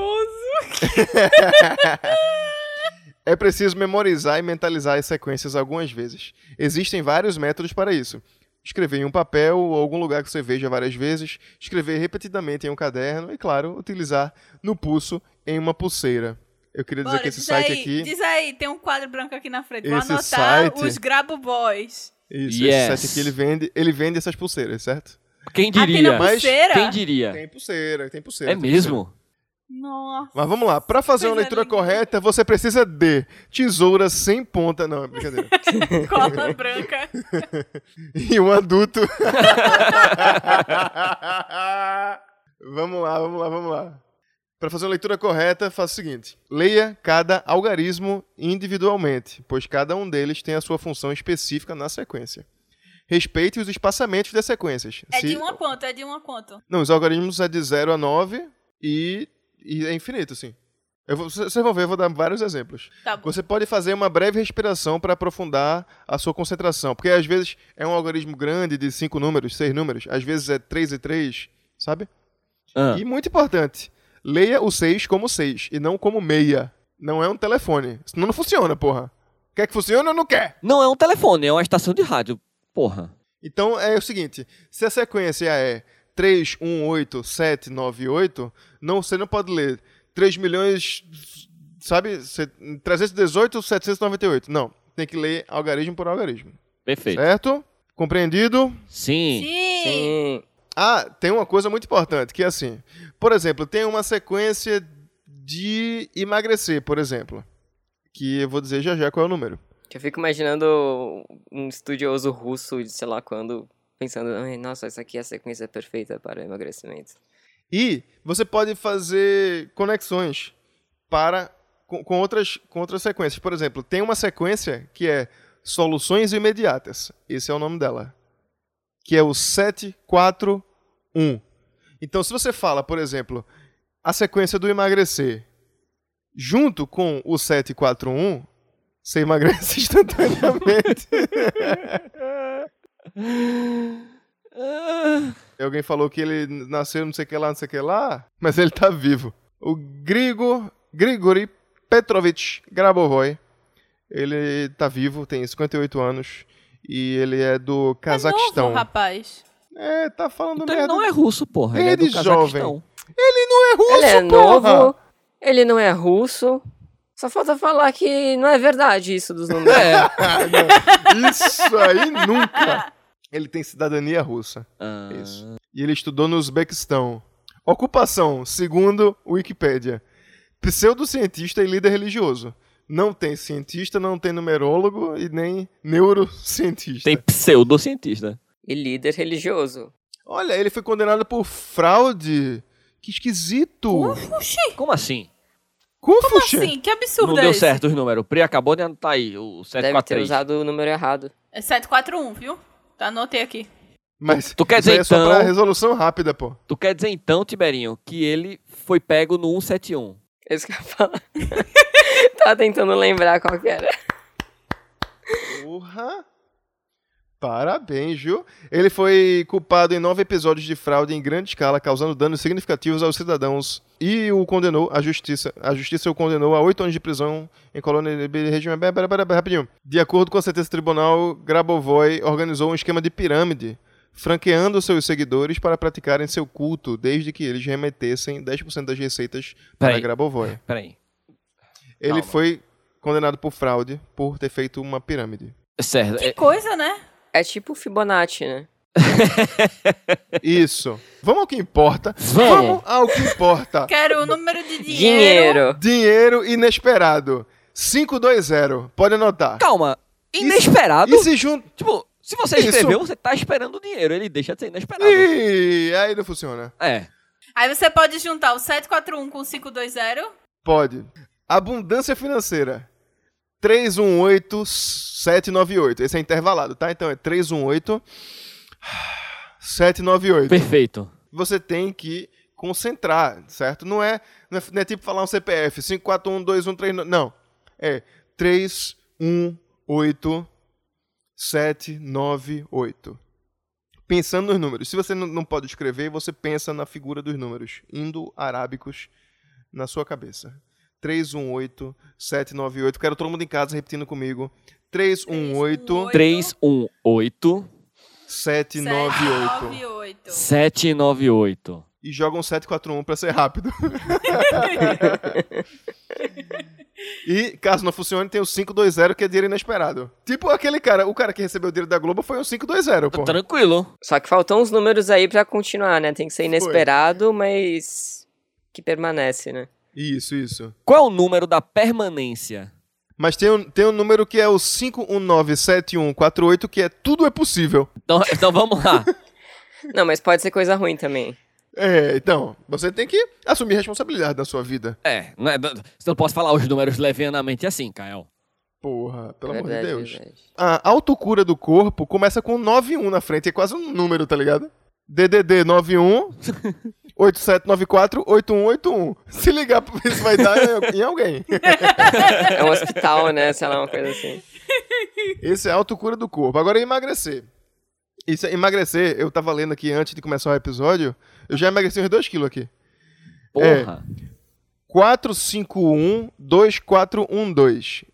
É preciso memorizar e mentalizar as sequências algumas vezes. Existem vários métodos para isso. Escrever em um papel ou algum lugar que você veja várias vezes, escrever repetidamente em um caderno e, claro, utilizar no pulso em uma pulseira. Eu queria dizer
Bora,
que esse
diz
site
aí,
aqui.
Diz aí, tem um quadro branco aqui na frente. Vou
Esse
anotar
site-
os Grabo Boys.
Isso,
Yes.
esse site aqui ele vende, ele vende essas pulseiras, certo?
Quem
Ah, tem na
diria?
Mas-
pulseira?
Quem
É.
diria?
Tem pulseira, tem pulseira.
É
tem pulseira.
mesmo?
Nossa.
Mas vamos lá, pra fazer uma
Coisa
leitura
linda.
correta, você precisa de tesoura sem ponta, não, é brincadeira.
Cola branca.
e um adulto. vamos lá, vamos lá, vamos lá. Pra fazer uma leitura correta, faça o seguinte: leia cada algarismo individualmente, pois cada um deles tem a sua função específica na sequência. Respeite os espaçamentos das sequências.
É
Se-
de um a quanto? É de um a quanto?
Não, os algarismos é de 0 a 9 e, e é infinito, assim. Eu vou- Vocês vão ver, eu vou dar vários exemplos.
Tá bom.
Você pode fazer uma breve respiração para aprofundar a sua concentração. Porque às vezes é um algoritmo grande de cinco números, seis números, às vezes é três e três, sabe?
Ah,
E muito importante, leia o seis como seis e não como meia. Não é um telefone. Senão não funciona, porra. Quer que funcione ou não quer?
Não é um telefone, é uma estação de rádio. Porra.
Então é o seguinte: se a sequência é 3, 1, 8, 7, 9, 8, não, você não pode ler 3 milhões, sabe? se- 318, 798. Não. Tem que ler algarismo por algarismo.
Perfeito.
Certo? Compreendido?
Sim.
Sim. é
Sim.
Ah, tem uma coisa muito importante, que é assim. Por exemplo, tem uma sequência de emagrecer, por exemplo. Que eu vou dizer já já qual é o número.
Eu fico imaginando um estudioso russo de sei lá quando, pensando, "Ai, nossa, essa aqui é a sequência perfeita para emagrecimento.
E você pode fazer conexões para com, com outras, com outras sequências. Por exemplo, tem uma sequência que é Soluções Imediatas. Esse é o nome dela. Que é o 741. Então, se você fala, por exemplo, a sequência do emagrecer junto com o 741, você emagrece instantaneamente.
Ah,
Alguém falou que ele nasceu não sei o que lá, não sei o que lá, mas ele tá vivo. O Grigo, Grigori Petrovich Grabovoi, ele tá vivo, tem 58 anos e ele é do
É
Cazaquistão.
novo, rapaz.
é, tá falando
Então ele
merda.
não é russo, porra. Ele é do
Ele jovem.
Cazaquistão.
Ele não é russo,
ele é
porra!
novo, ele não é russo. Só falta falar que não é verdade isso dos números.
É.
Ah, não. Isso aí nunca. Ele tem cidadania russa.
Ah,
É Isso. E ele estudou no Uzbequistão. Ocupação, segundo Wikipédia. Pseudocientista e líder religioso. Não tem cientista, não tem numerólogo e nem neurocientista.
tem pseudocientista.
E líder religioso.
Olha, ele foi condenado por fraude. Que esquisito.
Oxi,
Como assim?
como
Confuche.
assim? Que absurdo
Não
é
deu
esse?
certo os números. O Pri acabou de anotar aí, o
Deve ter
743.
usado o número errado.
É 741, viu? Tá, anotei aqui.
Mas
Tu quer
isso aí
dizer,
é só pra
então-
resolução rápida, pô.
Tu quer dizer então, Tiberinho, que ele foi pego no 171?
É isso que eu ia falar. Tava tentando lembrar qual que era.
Porra! Parabéns, Ju. Ele foi culpado em nove episódios de fraude em grande escala, causando danos significativos aos cidadãos. E o condenou à justiça. A justiça o condenou a oito anos de prisão em colônia de regime. Bé, bé, bé, bé, Rapidinho. De acordo com a sentença do tribunal, Grabovoi organizou um esquema de pirâmide, franqueando seus seguidores para praticarem seu culto, desde que eles remetessem 10% das receitas para
Peraí.
Grabovoi.
Peraí.
Ele
Calma.
foi condenado por fraude por ter feito uma pirâmide.
Certo.
Que
é-
coisa, né?
É tipo Fibonacci, né?
Isso. Vamos ao que importa.
Vamos.
ao que importa.
Quero o número de
Dinheiro.
dinheiro.
Dinheiro inesperado. 520. Pode anotar.
Calma. Inesperado?
E se junta.
Tipo, se você
Isso.
escreveu, você tá esperando o dinheiro. Ele deixa de ser inesperado.
Ih, aí não funciona.
É.
Aí você pode juntar o 741 com o 520.
Pode. Abundância financeira. 318798. Esse é intervalado, tá? Então é 318 798.
Perfeito.
Você tem que concentrar, certo? Não é, não é, não é tipo falar um CPF 541213. Não. É 318798. Pensando nos números. Se você não- não pode escrever, você pensa na figura dos números indo-arábicos na sua cabeça. 318798. Quero todo mundo em casa repetindo comigo. 318798.
318
798.
798.
798.
E joga um 741 pra ser rápido. e caso não funcione, tem o 520 que é dinheiro inesperado. Tipo aquele cara, o cara que recebeu o dinheiro da Globo foi um 520, pô.
Tranquilo.
Só que faltam uns números aí pra continuar, né? Tem que ser inesperado, mas que permanece, né?
Isso, isso.
Qual é o número da permanência?
Mas tem um, tem um número que é o 5197148, que é tudo é possível.
Então, então vamos lá.
Não, mas pode ser coisa ruim também.
É, então, você tem que assumir responsabilidade na sua vida.
É, não é, você não pode falar os números levianamente assim, Caio.
Porra, pelo amor de
Verdade,
Deus.
verdade.
A autocura do corpo começa com 91 na frente, é quase um número, tá ligado? DDD 91 8794 8181. Se ligar, isso vai dar em- em alguém.
É um hospital, né? Sei lá, uma coisa assim.
Esse é a autocura do corpo. Agora é emagrecer. Isso é emagrecer, eu tava lendo aqui antes de começar o episódio, eu já emagreci uns 2 quilos aqui.
Porra.
É. 451-2412.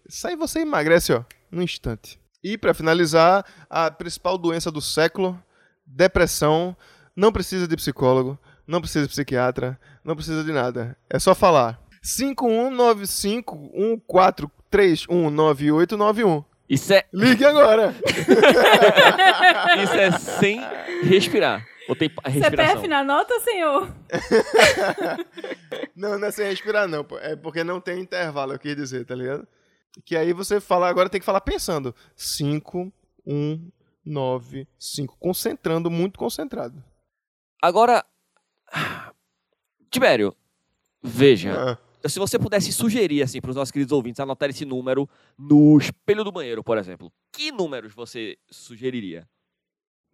Isso aí você emagrece, ó, no instante. E pra finalizar, a principal doença do século, depressão, não precisa de psicólogo, não precisa de psiquiatra, não precisa de nada. É só falar. 519514319891.
Isso, é,
Ligue agora.
isso é sem respirar. Ou tem pa- respiração.
CPF na nota, senhor?
Não, não é sem respirar, não, pô. É porque não tem intervalo, eu quis dizer, tá ligado? Que aí você fala, agora tem que falar pensando. 5, 1, 9, 5. Concentrando, muito concentrado.
Agora, Tibério,
Ah,
veja, se você pudesse sugerir assim para os nossos queridos ouvintes anotar esse número no espelho do banheiro, por exemplo, que números você sugeriria?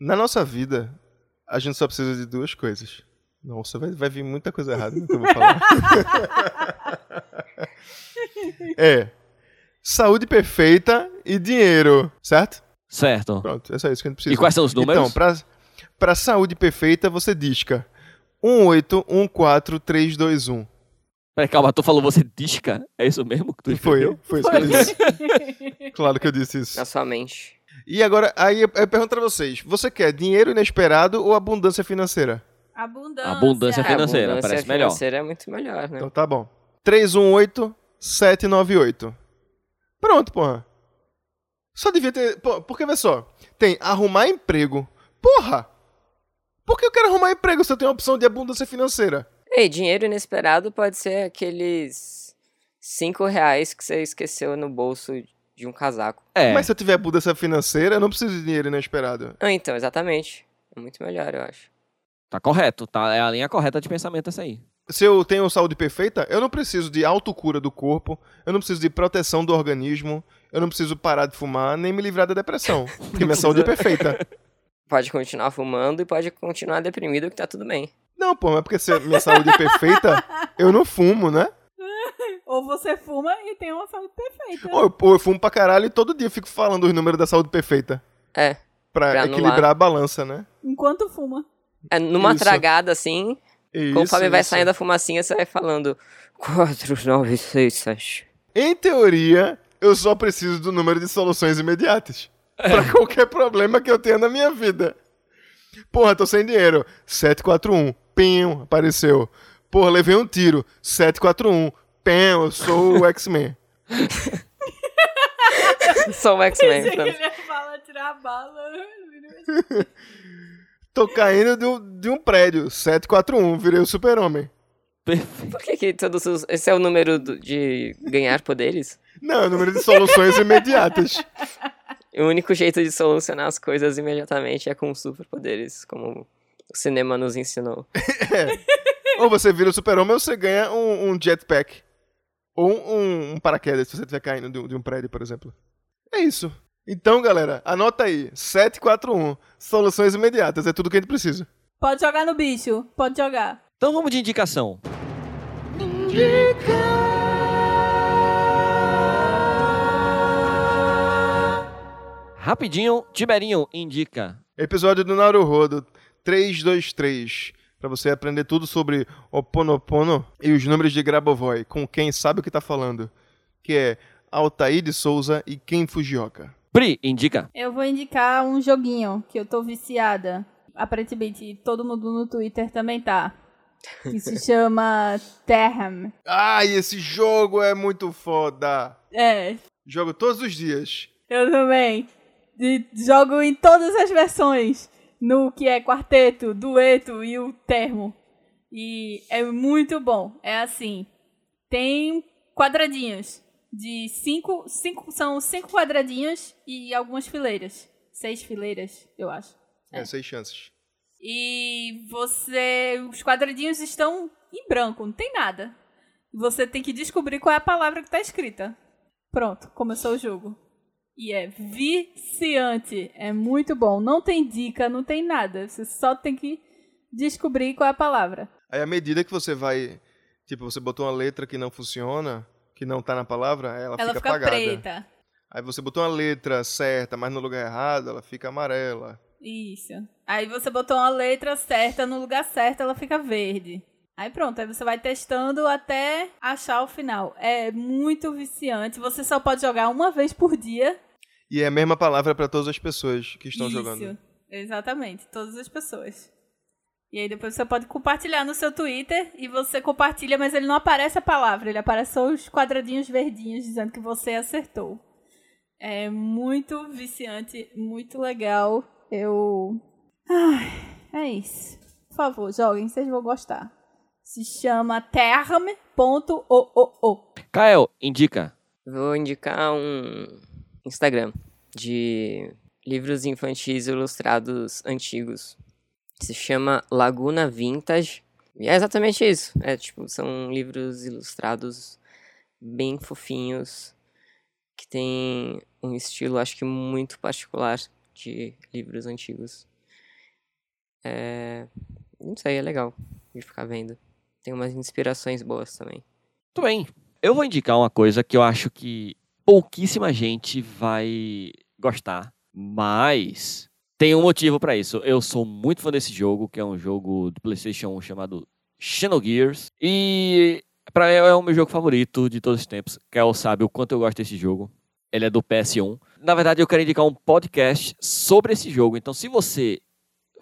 na nossa vida, a gente só precisa de duas coisas. Nossa, vai, vai vir muita coisa errada do que eu vou falar. é. Saúde perfeita e dinheiro, certo?
Certo.
Pronto, é só isso que a gente precisa.
E quais são os números?
Então, pra, pra saúde perfeita, você disca 1814321.
Peraí, calma, tu falou você disca? É isso mesmo que tu
E foi
escreveu?
eu? Foi isso que eu disse. Claro que eu disse isso.
Na sua mente.
E agora, aí eu, eu pergunto pra vocês: você quer dinheiro inesperado ou abundância financeira?
Abundância.
Abundância
É,
financeira,
abundância
parece melhor.
financeira é muito melhor, né?
Então tá bom. 318 798. Pronto, porra. Só devia ter. pô, Porque, vê só. Tem arrumar emprego. Porra! Por que eu quero arrumar emprego se eu tenho a opção de abundância financeira?
Ei, dinheiro inesperado pode ser aqueles cinco reais que você esqueceu no bolso de um casaco.
É.
Mas se eu tiver abundância financeira, eu não preciso de dinheiro inesperado.
Ah, então, exatamente. É muito melhor, eu acho.
Tá correto, tá? É a linha correta de pensamento essa aí.
Se eu tenho saúde perfeita, eu não preciso de autocura do corpo, eu não preciso de proteção do organismo, eu não preciso parar de fumar nem me livrar da depressão, porque minha saúde é perfeita.
Pode continuar fumando e pode continuar deprimido que tá tudo bem.
Não, pô, mas porque se minha saúde é perfeita, eu não fumo, né?
Ou você fuma e tem uma saúde perfeita.
Ou eu, ou eu fumo pra caralho e todo dia fico falando os números da saúde perfeita.
É.
Pra,
Pra anular.
equilibrar a balança, né?
Enquanto fuma.
É, numa
Isso.
tragada assim,
Isso,
conforme vai
isso.
saindo a fumacinha, você vai falando 4, 9, 6, 7.
Em teoria, eu só preciso do número de soluções imediatas. Pra qualquer problema que eu tenha na minha vida. Porra, tô sem dinheiro. 741. Pim, apareceu. Porra, levei um tiro. 741. Pim, eu sou o X-Men.
Sou o
Pensei
um X-Men. tá?
que
pronto.
ele ia falar tirar a bala.
Tô caindo de um, de um prédio. 741. Virei o super-homem.
Perfeito.
Por que, que todos os... Esse é o número do- de ganhar poderes?
Não, é o número de soluções imediatas.
O único jeito de solucionar as coisas imediatamente é com superpoderes, como o cinema nos ensinou.
Ou você vira o super-homem ou você ganha um, um jetpack. Ou um, um paraquedas, se você estiver caindo de um, de um prédio, por exemplo. É isso. Então, galera, anota aí. 741. Soluções imediatas. É tudo que a gente precisa.
Pode jogar no bicho. Pode jogar.
Então vamos de indicação. Rapidinho, Tiberinho indica.
Episódio do Naruhodo 323. Pra você aprender tudo sobre Ho Oponopono e os números de Grabovoi. Com quem sabe o que tá falando. Que é Altair de Souza e Ken Fujioka.
Pri indica.
Eu vou indicar um joguinho que eu tô viciada. Aparentemente, todo mundo no Twitter também tá. Que se chama Terram.
Ai, esse jogo é muito foda.
É,
Jogo todos os dias.
eu também. E jogo em todas as versões. No que é quarteto, dueto e o termo. E é muito bom. É assim. Tem quadradinhos. De cinco, cinco. São cinco quadradinhos e algumas fileiras. Seis fileiras, eu acho.
É, seis chances.
E você. Os quadradinhos estão em branco, não tem nada. Você tem que descobrir qual é a palavra que tá escrita. Pronto, começou o jogo. E é viciante. É muito bom. Não tem dica, não tem nada. Você só tem que descobrir qual é a palavra.
Aí à medida que você vai, tipo, você botou uma letra que não funciona, que não tá na palavra, ela,
Ela
fica
fica,
apagada.
preta.
Aí você botou uma letra certa, mas no lugar errado, ela fica amarela.
Isso. Aí você botou uma letra certa no lugar certo, ela fica verde. Aí pronto, aí você vai testando até achar o final. É muito viciante. Você só pode jogar uma vez por dia.
E é a mesma palavra pra todas as pessoas que estão jogando.
Exatamente, todas as pessoas. E aí depois você pode compartilhar no seu Twitter e você compartilha, mas ele não aparece a palavra, ele aparece só os quadradinhos verdinhos dizendo que você acertou. É muito viciante, muito legal. Eu. Ai, é isso. Por favor, joguem, vocês vão gostar. Se chama term.oo.
Kael indica.
Vou indicar um Instagram de livros infantis ilustrados antigos. Se chama Laguna Vintage. E é exatamente isso. É tipo, são livros ilustrados bem fofinhos que tem um estilo acho que muito particular de livros antigos. É, não sei, é legal de ficar vendo. Tem umas inspirações boas também.
Tudo bem. Eu vou indicar uma coisa que eu acho que pouquíssima gente vai gostar, mas tem um motivo pra isso. Eu sou muito fã desse jogo, que é um jogo do PlayStation 1 chamado Xenogears, e pra mim é o meu jogo favorito de todos os tempos. Kel sabe o quanto eu gosto desse jogo. Ele é um do PS1. Na verdade, eu quero indicar um podcast sobre esse jogo. Então, se você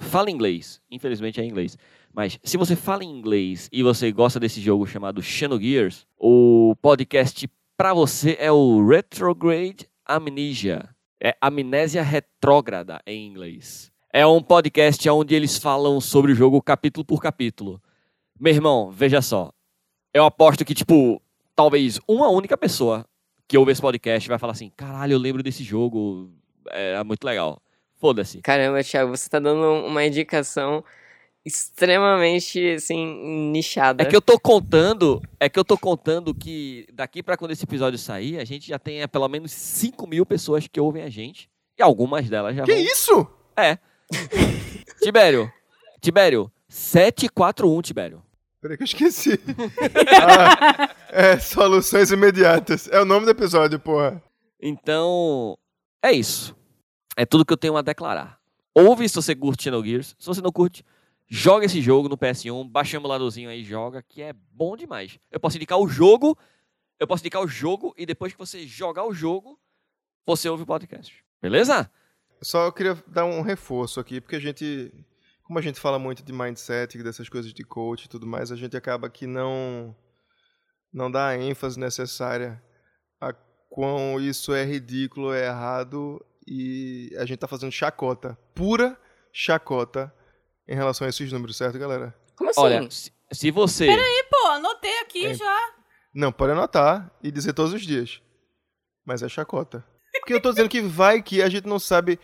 fala inglês. Infelizmente é inglês. Mas se você fala inglês e você gosta desse jogo chamado Xenogears, o podcast pra você é o Retrograde Amnesia. É Amnésia Retrógrada em inglês. É um podcast onde eles falam sobre o jogo capítulo por capítulo. Meu irmão, veja só. Eu aposto que, tipo, talvez uma única pessoa que ouve esse podcast vai falar assim: caralho, eu lembro desse jogo, era muito legal. Foda-se.
Caramba, Thiago, você tá dando uma indicação extremamente, assim, nichada.
né?
É que eu tô contando, é que eu tô contando que daqui pra quando esse episódio sair, a gente já tem é, pelo menos 5 mil pessoas que ouvem a gente. E algumas delas já
Que
vão.
isso?
É. Tibério. Tibério. 741, Tibério.
Peraí que eu esqueci. Ah, é, soluções imediatas. É o nome do episódio, porra.
Então, é isso. É tudo que eu tenho a declarar. Ouve se você curte Xenogears. Se você não curte, joga esse jogo no PS1, baixa o emuladorzinho aí e joga, que é bom demais. Eu posso indicar o jogo, eu posso indicar o jogo e depois que você jogar o jogo, você ouve o podcast. Beleza?
Só eu queria dar um reforço aqui, porque a gente. Como a gente fala muito de mindset, dessas coisas de coach e tudo mais, a gente acaba que não. Não dá a ênfase necessária a quão isso é ridículo, é errado e a gente tá fazendo chacota. Pura chacota em relação a esses números, certo, galera?
Como assim?
Olha, se, se você.
Pô, anotei aqui
É.
já.
Não, pode anotar e dizer todos os dias. Mas é chacota. Porque eu tô dizendo que vai que a gente não sabe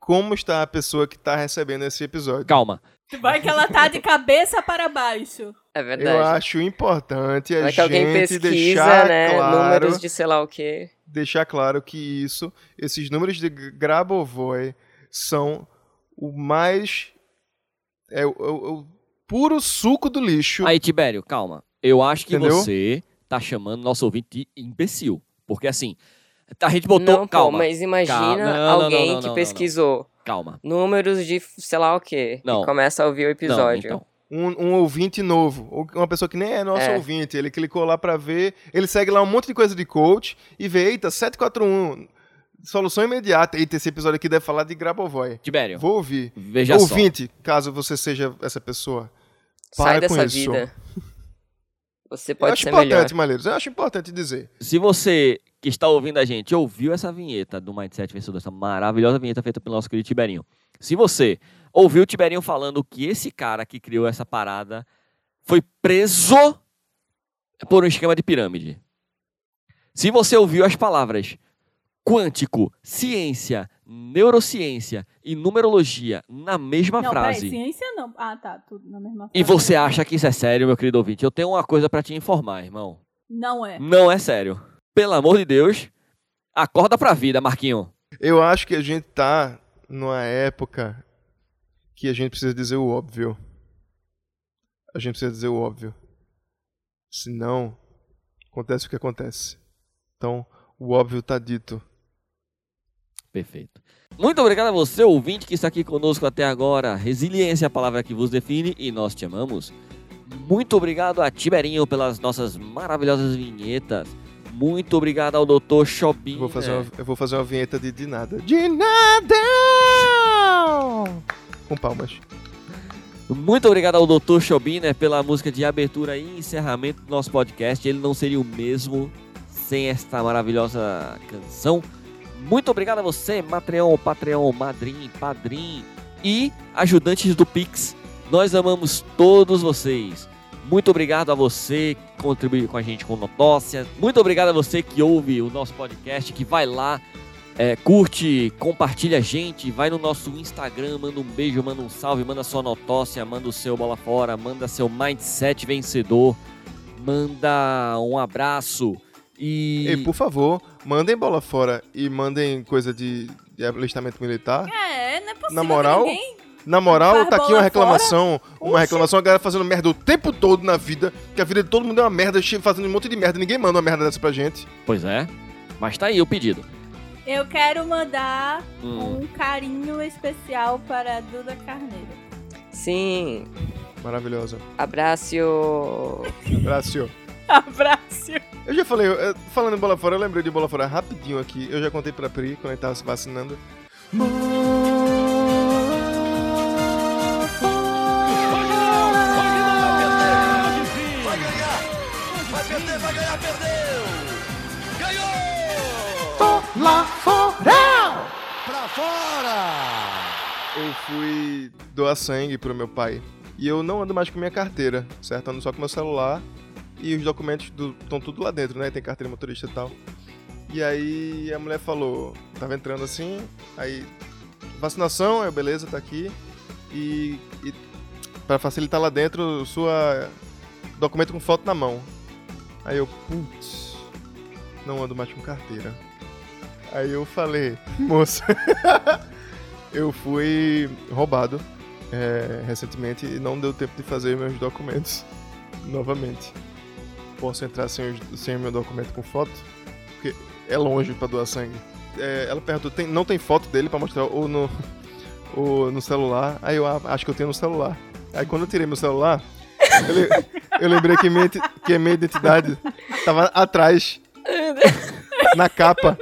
como está a pessoa que tá recebendo esse episódio.
Calma.
Vai que ela tá de cabeça para baixo.
é
Eu
verdade.
acho importante a
Vai que alguém
gente
pesquisa,
deixar
né?
claro,
Números de sei lá o quê.
deixar claro que isso, esses números de G- Grabovoi são o mais é o, o- o puro suco do lixo.
Aí, Tibério, calma. Eu acho que
Entendeu?
você tá chamando nosso ouvinte de imbecil. Porque assim, a gente botou.
não, pô,
calma,
mas imagina
Calma. Não, não,
alguém
não, não,
que
não,
pesquisou
calma.
números de f- sei lá o quê.
Não.
E começa a ouvir o
Não,
episódio.
então.
Um, um ouvinte novo, ou uma pessoa que nem é nosso
É.
ouvinte, ele clicou lá pra ver, ele segue lá um monte de coisa de coach e vê, eita, 741, solução imediata. Eita, esse episódio aqui deve falar de Grabovoi.
Tibério,
Vou ouvir.
veja só.
ouvinte, caso você seja essa pessoa. Para
Sai
com
dessa
isso.
vida. Você
eu
pode
acho
ser
importante,
melhor.
Malheiros. Eu acho importante dizer.
Se você que está ouvindo a gente ouviu essa vinheta do Mindset Vencedor, essa maravilhosa vinheta feita pelo nosso querido Tiberinho. Se você ouviu o Tiberinho falando que esse cara que criou essa parada foi preso por um esquema de pirâmide. Se você ouviu as palavras quântico, ciência, neurociência e numerologia na mesma
não, peraí,
frase.
ciência não. Ah, tá, tudo na mesma frase.
E você acha que isso é sério, meu querido ouvinte? Eu tenho uma coisa pra te informar, irmão.
Não é.
Não é sério. Pelo amor de Deus, acorda pra vida, Marquinho.
Eu acho que a gente tá numa época que a gente precisa dizer o óbvio. A gente precisa dizer o óbvio. Senão, acontece o que acontece. Então, o óbvio tá dito.
Perfeito. Muito obrigado a você, ouvinte, que está aqui conosco até agora. Resiliência é a palavra que vos define e nós te amamos. Muito obrigado a Tiberinho pelas nossas maravilhosas vinhetas. Muito obrigado ao né? Dr. Shopping.
Eu vou fazer uma, eu vou fazer uma vinheta de, de nada. De nada! Com palmas.
Muito obrigado ao Dr. Chobiner pela música de abertura e encerramento do nosso podcast. Ele não seria o mesmo sem esta maravilhosa canção. Muito obrigado a você, Matreon, Patreon, Madrim, Padrim e ajudantes do Pix. Nós amamos todos vocês. Muito obrigado a você que contribui com a gente com notócia. Muito obrigado a você que ouve o nosso podcast, que vai lá, é, curte, compartilha a gente, vai no nosso Instagram, manda um beijo, manda um salve, manda sua notócia, manda o seu bola fora, manda seu mindset vencedor, manda um abraço e,
E, por favor, mandem bola fora e mandem coisa de, de alistamento militar.
É, não é possível.
Na moral,
que ninguém...
Na moral,
Faz
tá aqui
bola
uma reclamação. Uma
Oxi.
reclamação, a galera fazendo merda o tempo todo na vida. Que a vida de todo mundo é uma merda, che- fazendo um monte de merda. Ninguém manda uma merda dessa pra gente.
Pois é. Mas tá aí o pedido.
Eu quero mandar
Hum,
um carinho especial para a Duda Carneiro.
Sim.
Maravilhosa. Um
Abraço.
Abraço.
Abraço.
Eu já falei, eu- falando em bola fora, eu lembrei de bola fora rapidinho aqui. Eu já contei pra Pri quando ele tava se vacinando. doar sangue pro meu pai. E eu não ando mais com minha carteira, certo? Ando só com meu celular e os documentos estão tudo lá dentro, né? Tem carteira de motorista e tal. E aí a mulher falou, tava entrando assim, aí vacinação, eu beleza, tá aqui. E, e para facilitar lá dentro, sua documento com foto na mão. Aí eu, putz, não ando mais com carteira. Aí eu falei, moça, eu fui roubado é, recentemente e não deu tempo de fazer meus documentos novamente. Posso entrar sem, os- sem o meu documento com foto? Porque é longe pra doar sangue. É, ela perguntou, tem, não tem foto dele pra mostrar ou no, ou no celular? Aí eu, ah, acho que eu tenho no celular. Aí quando eu tirei meu celular, eu, le- eu lembrei que minha, iti- que minha identidade tava atrás, na capa.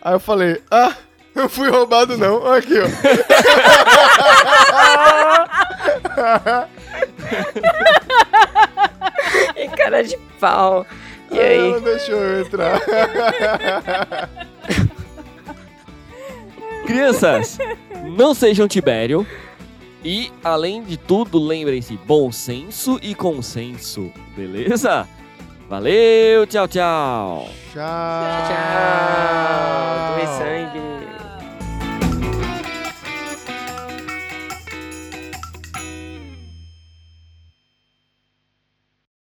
Aí eu falei, ah, eu fui roubado não. Olha aqui, ó.
E cara de pau. E
Ela
aí? É.
deixou eu entrar.
Crianças, não sejam Tibério. E, além de tudo, lembrem-se, bom senso e consenso, beleza? Valeu, tchau, tchau. Ah.
Tchau.
Tchau. Doe sangue.
Ah.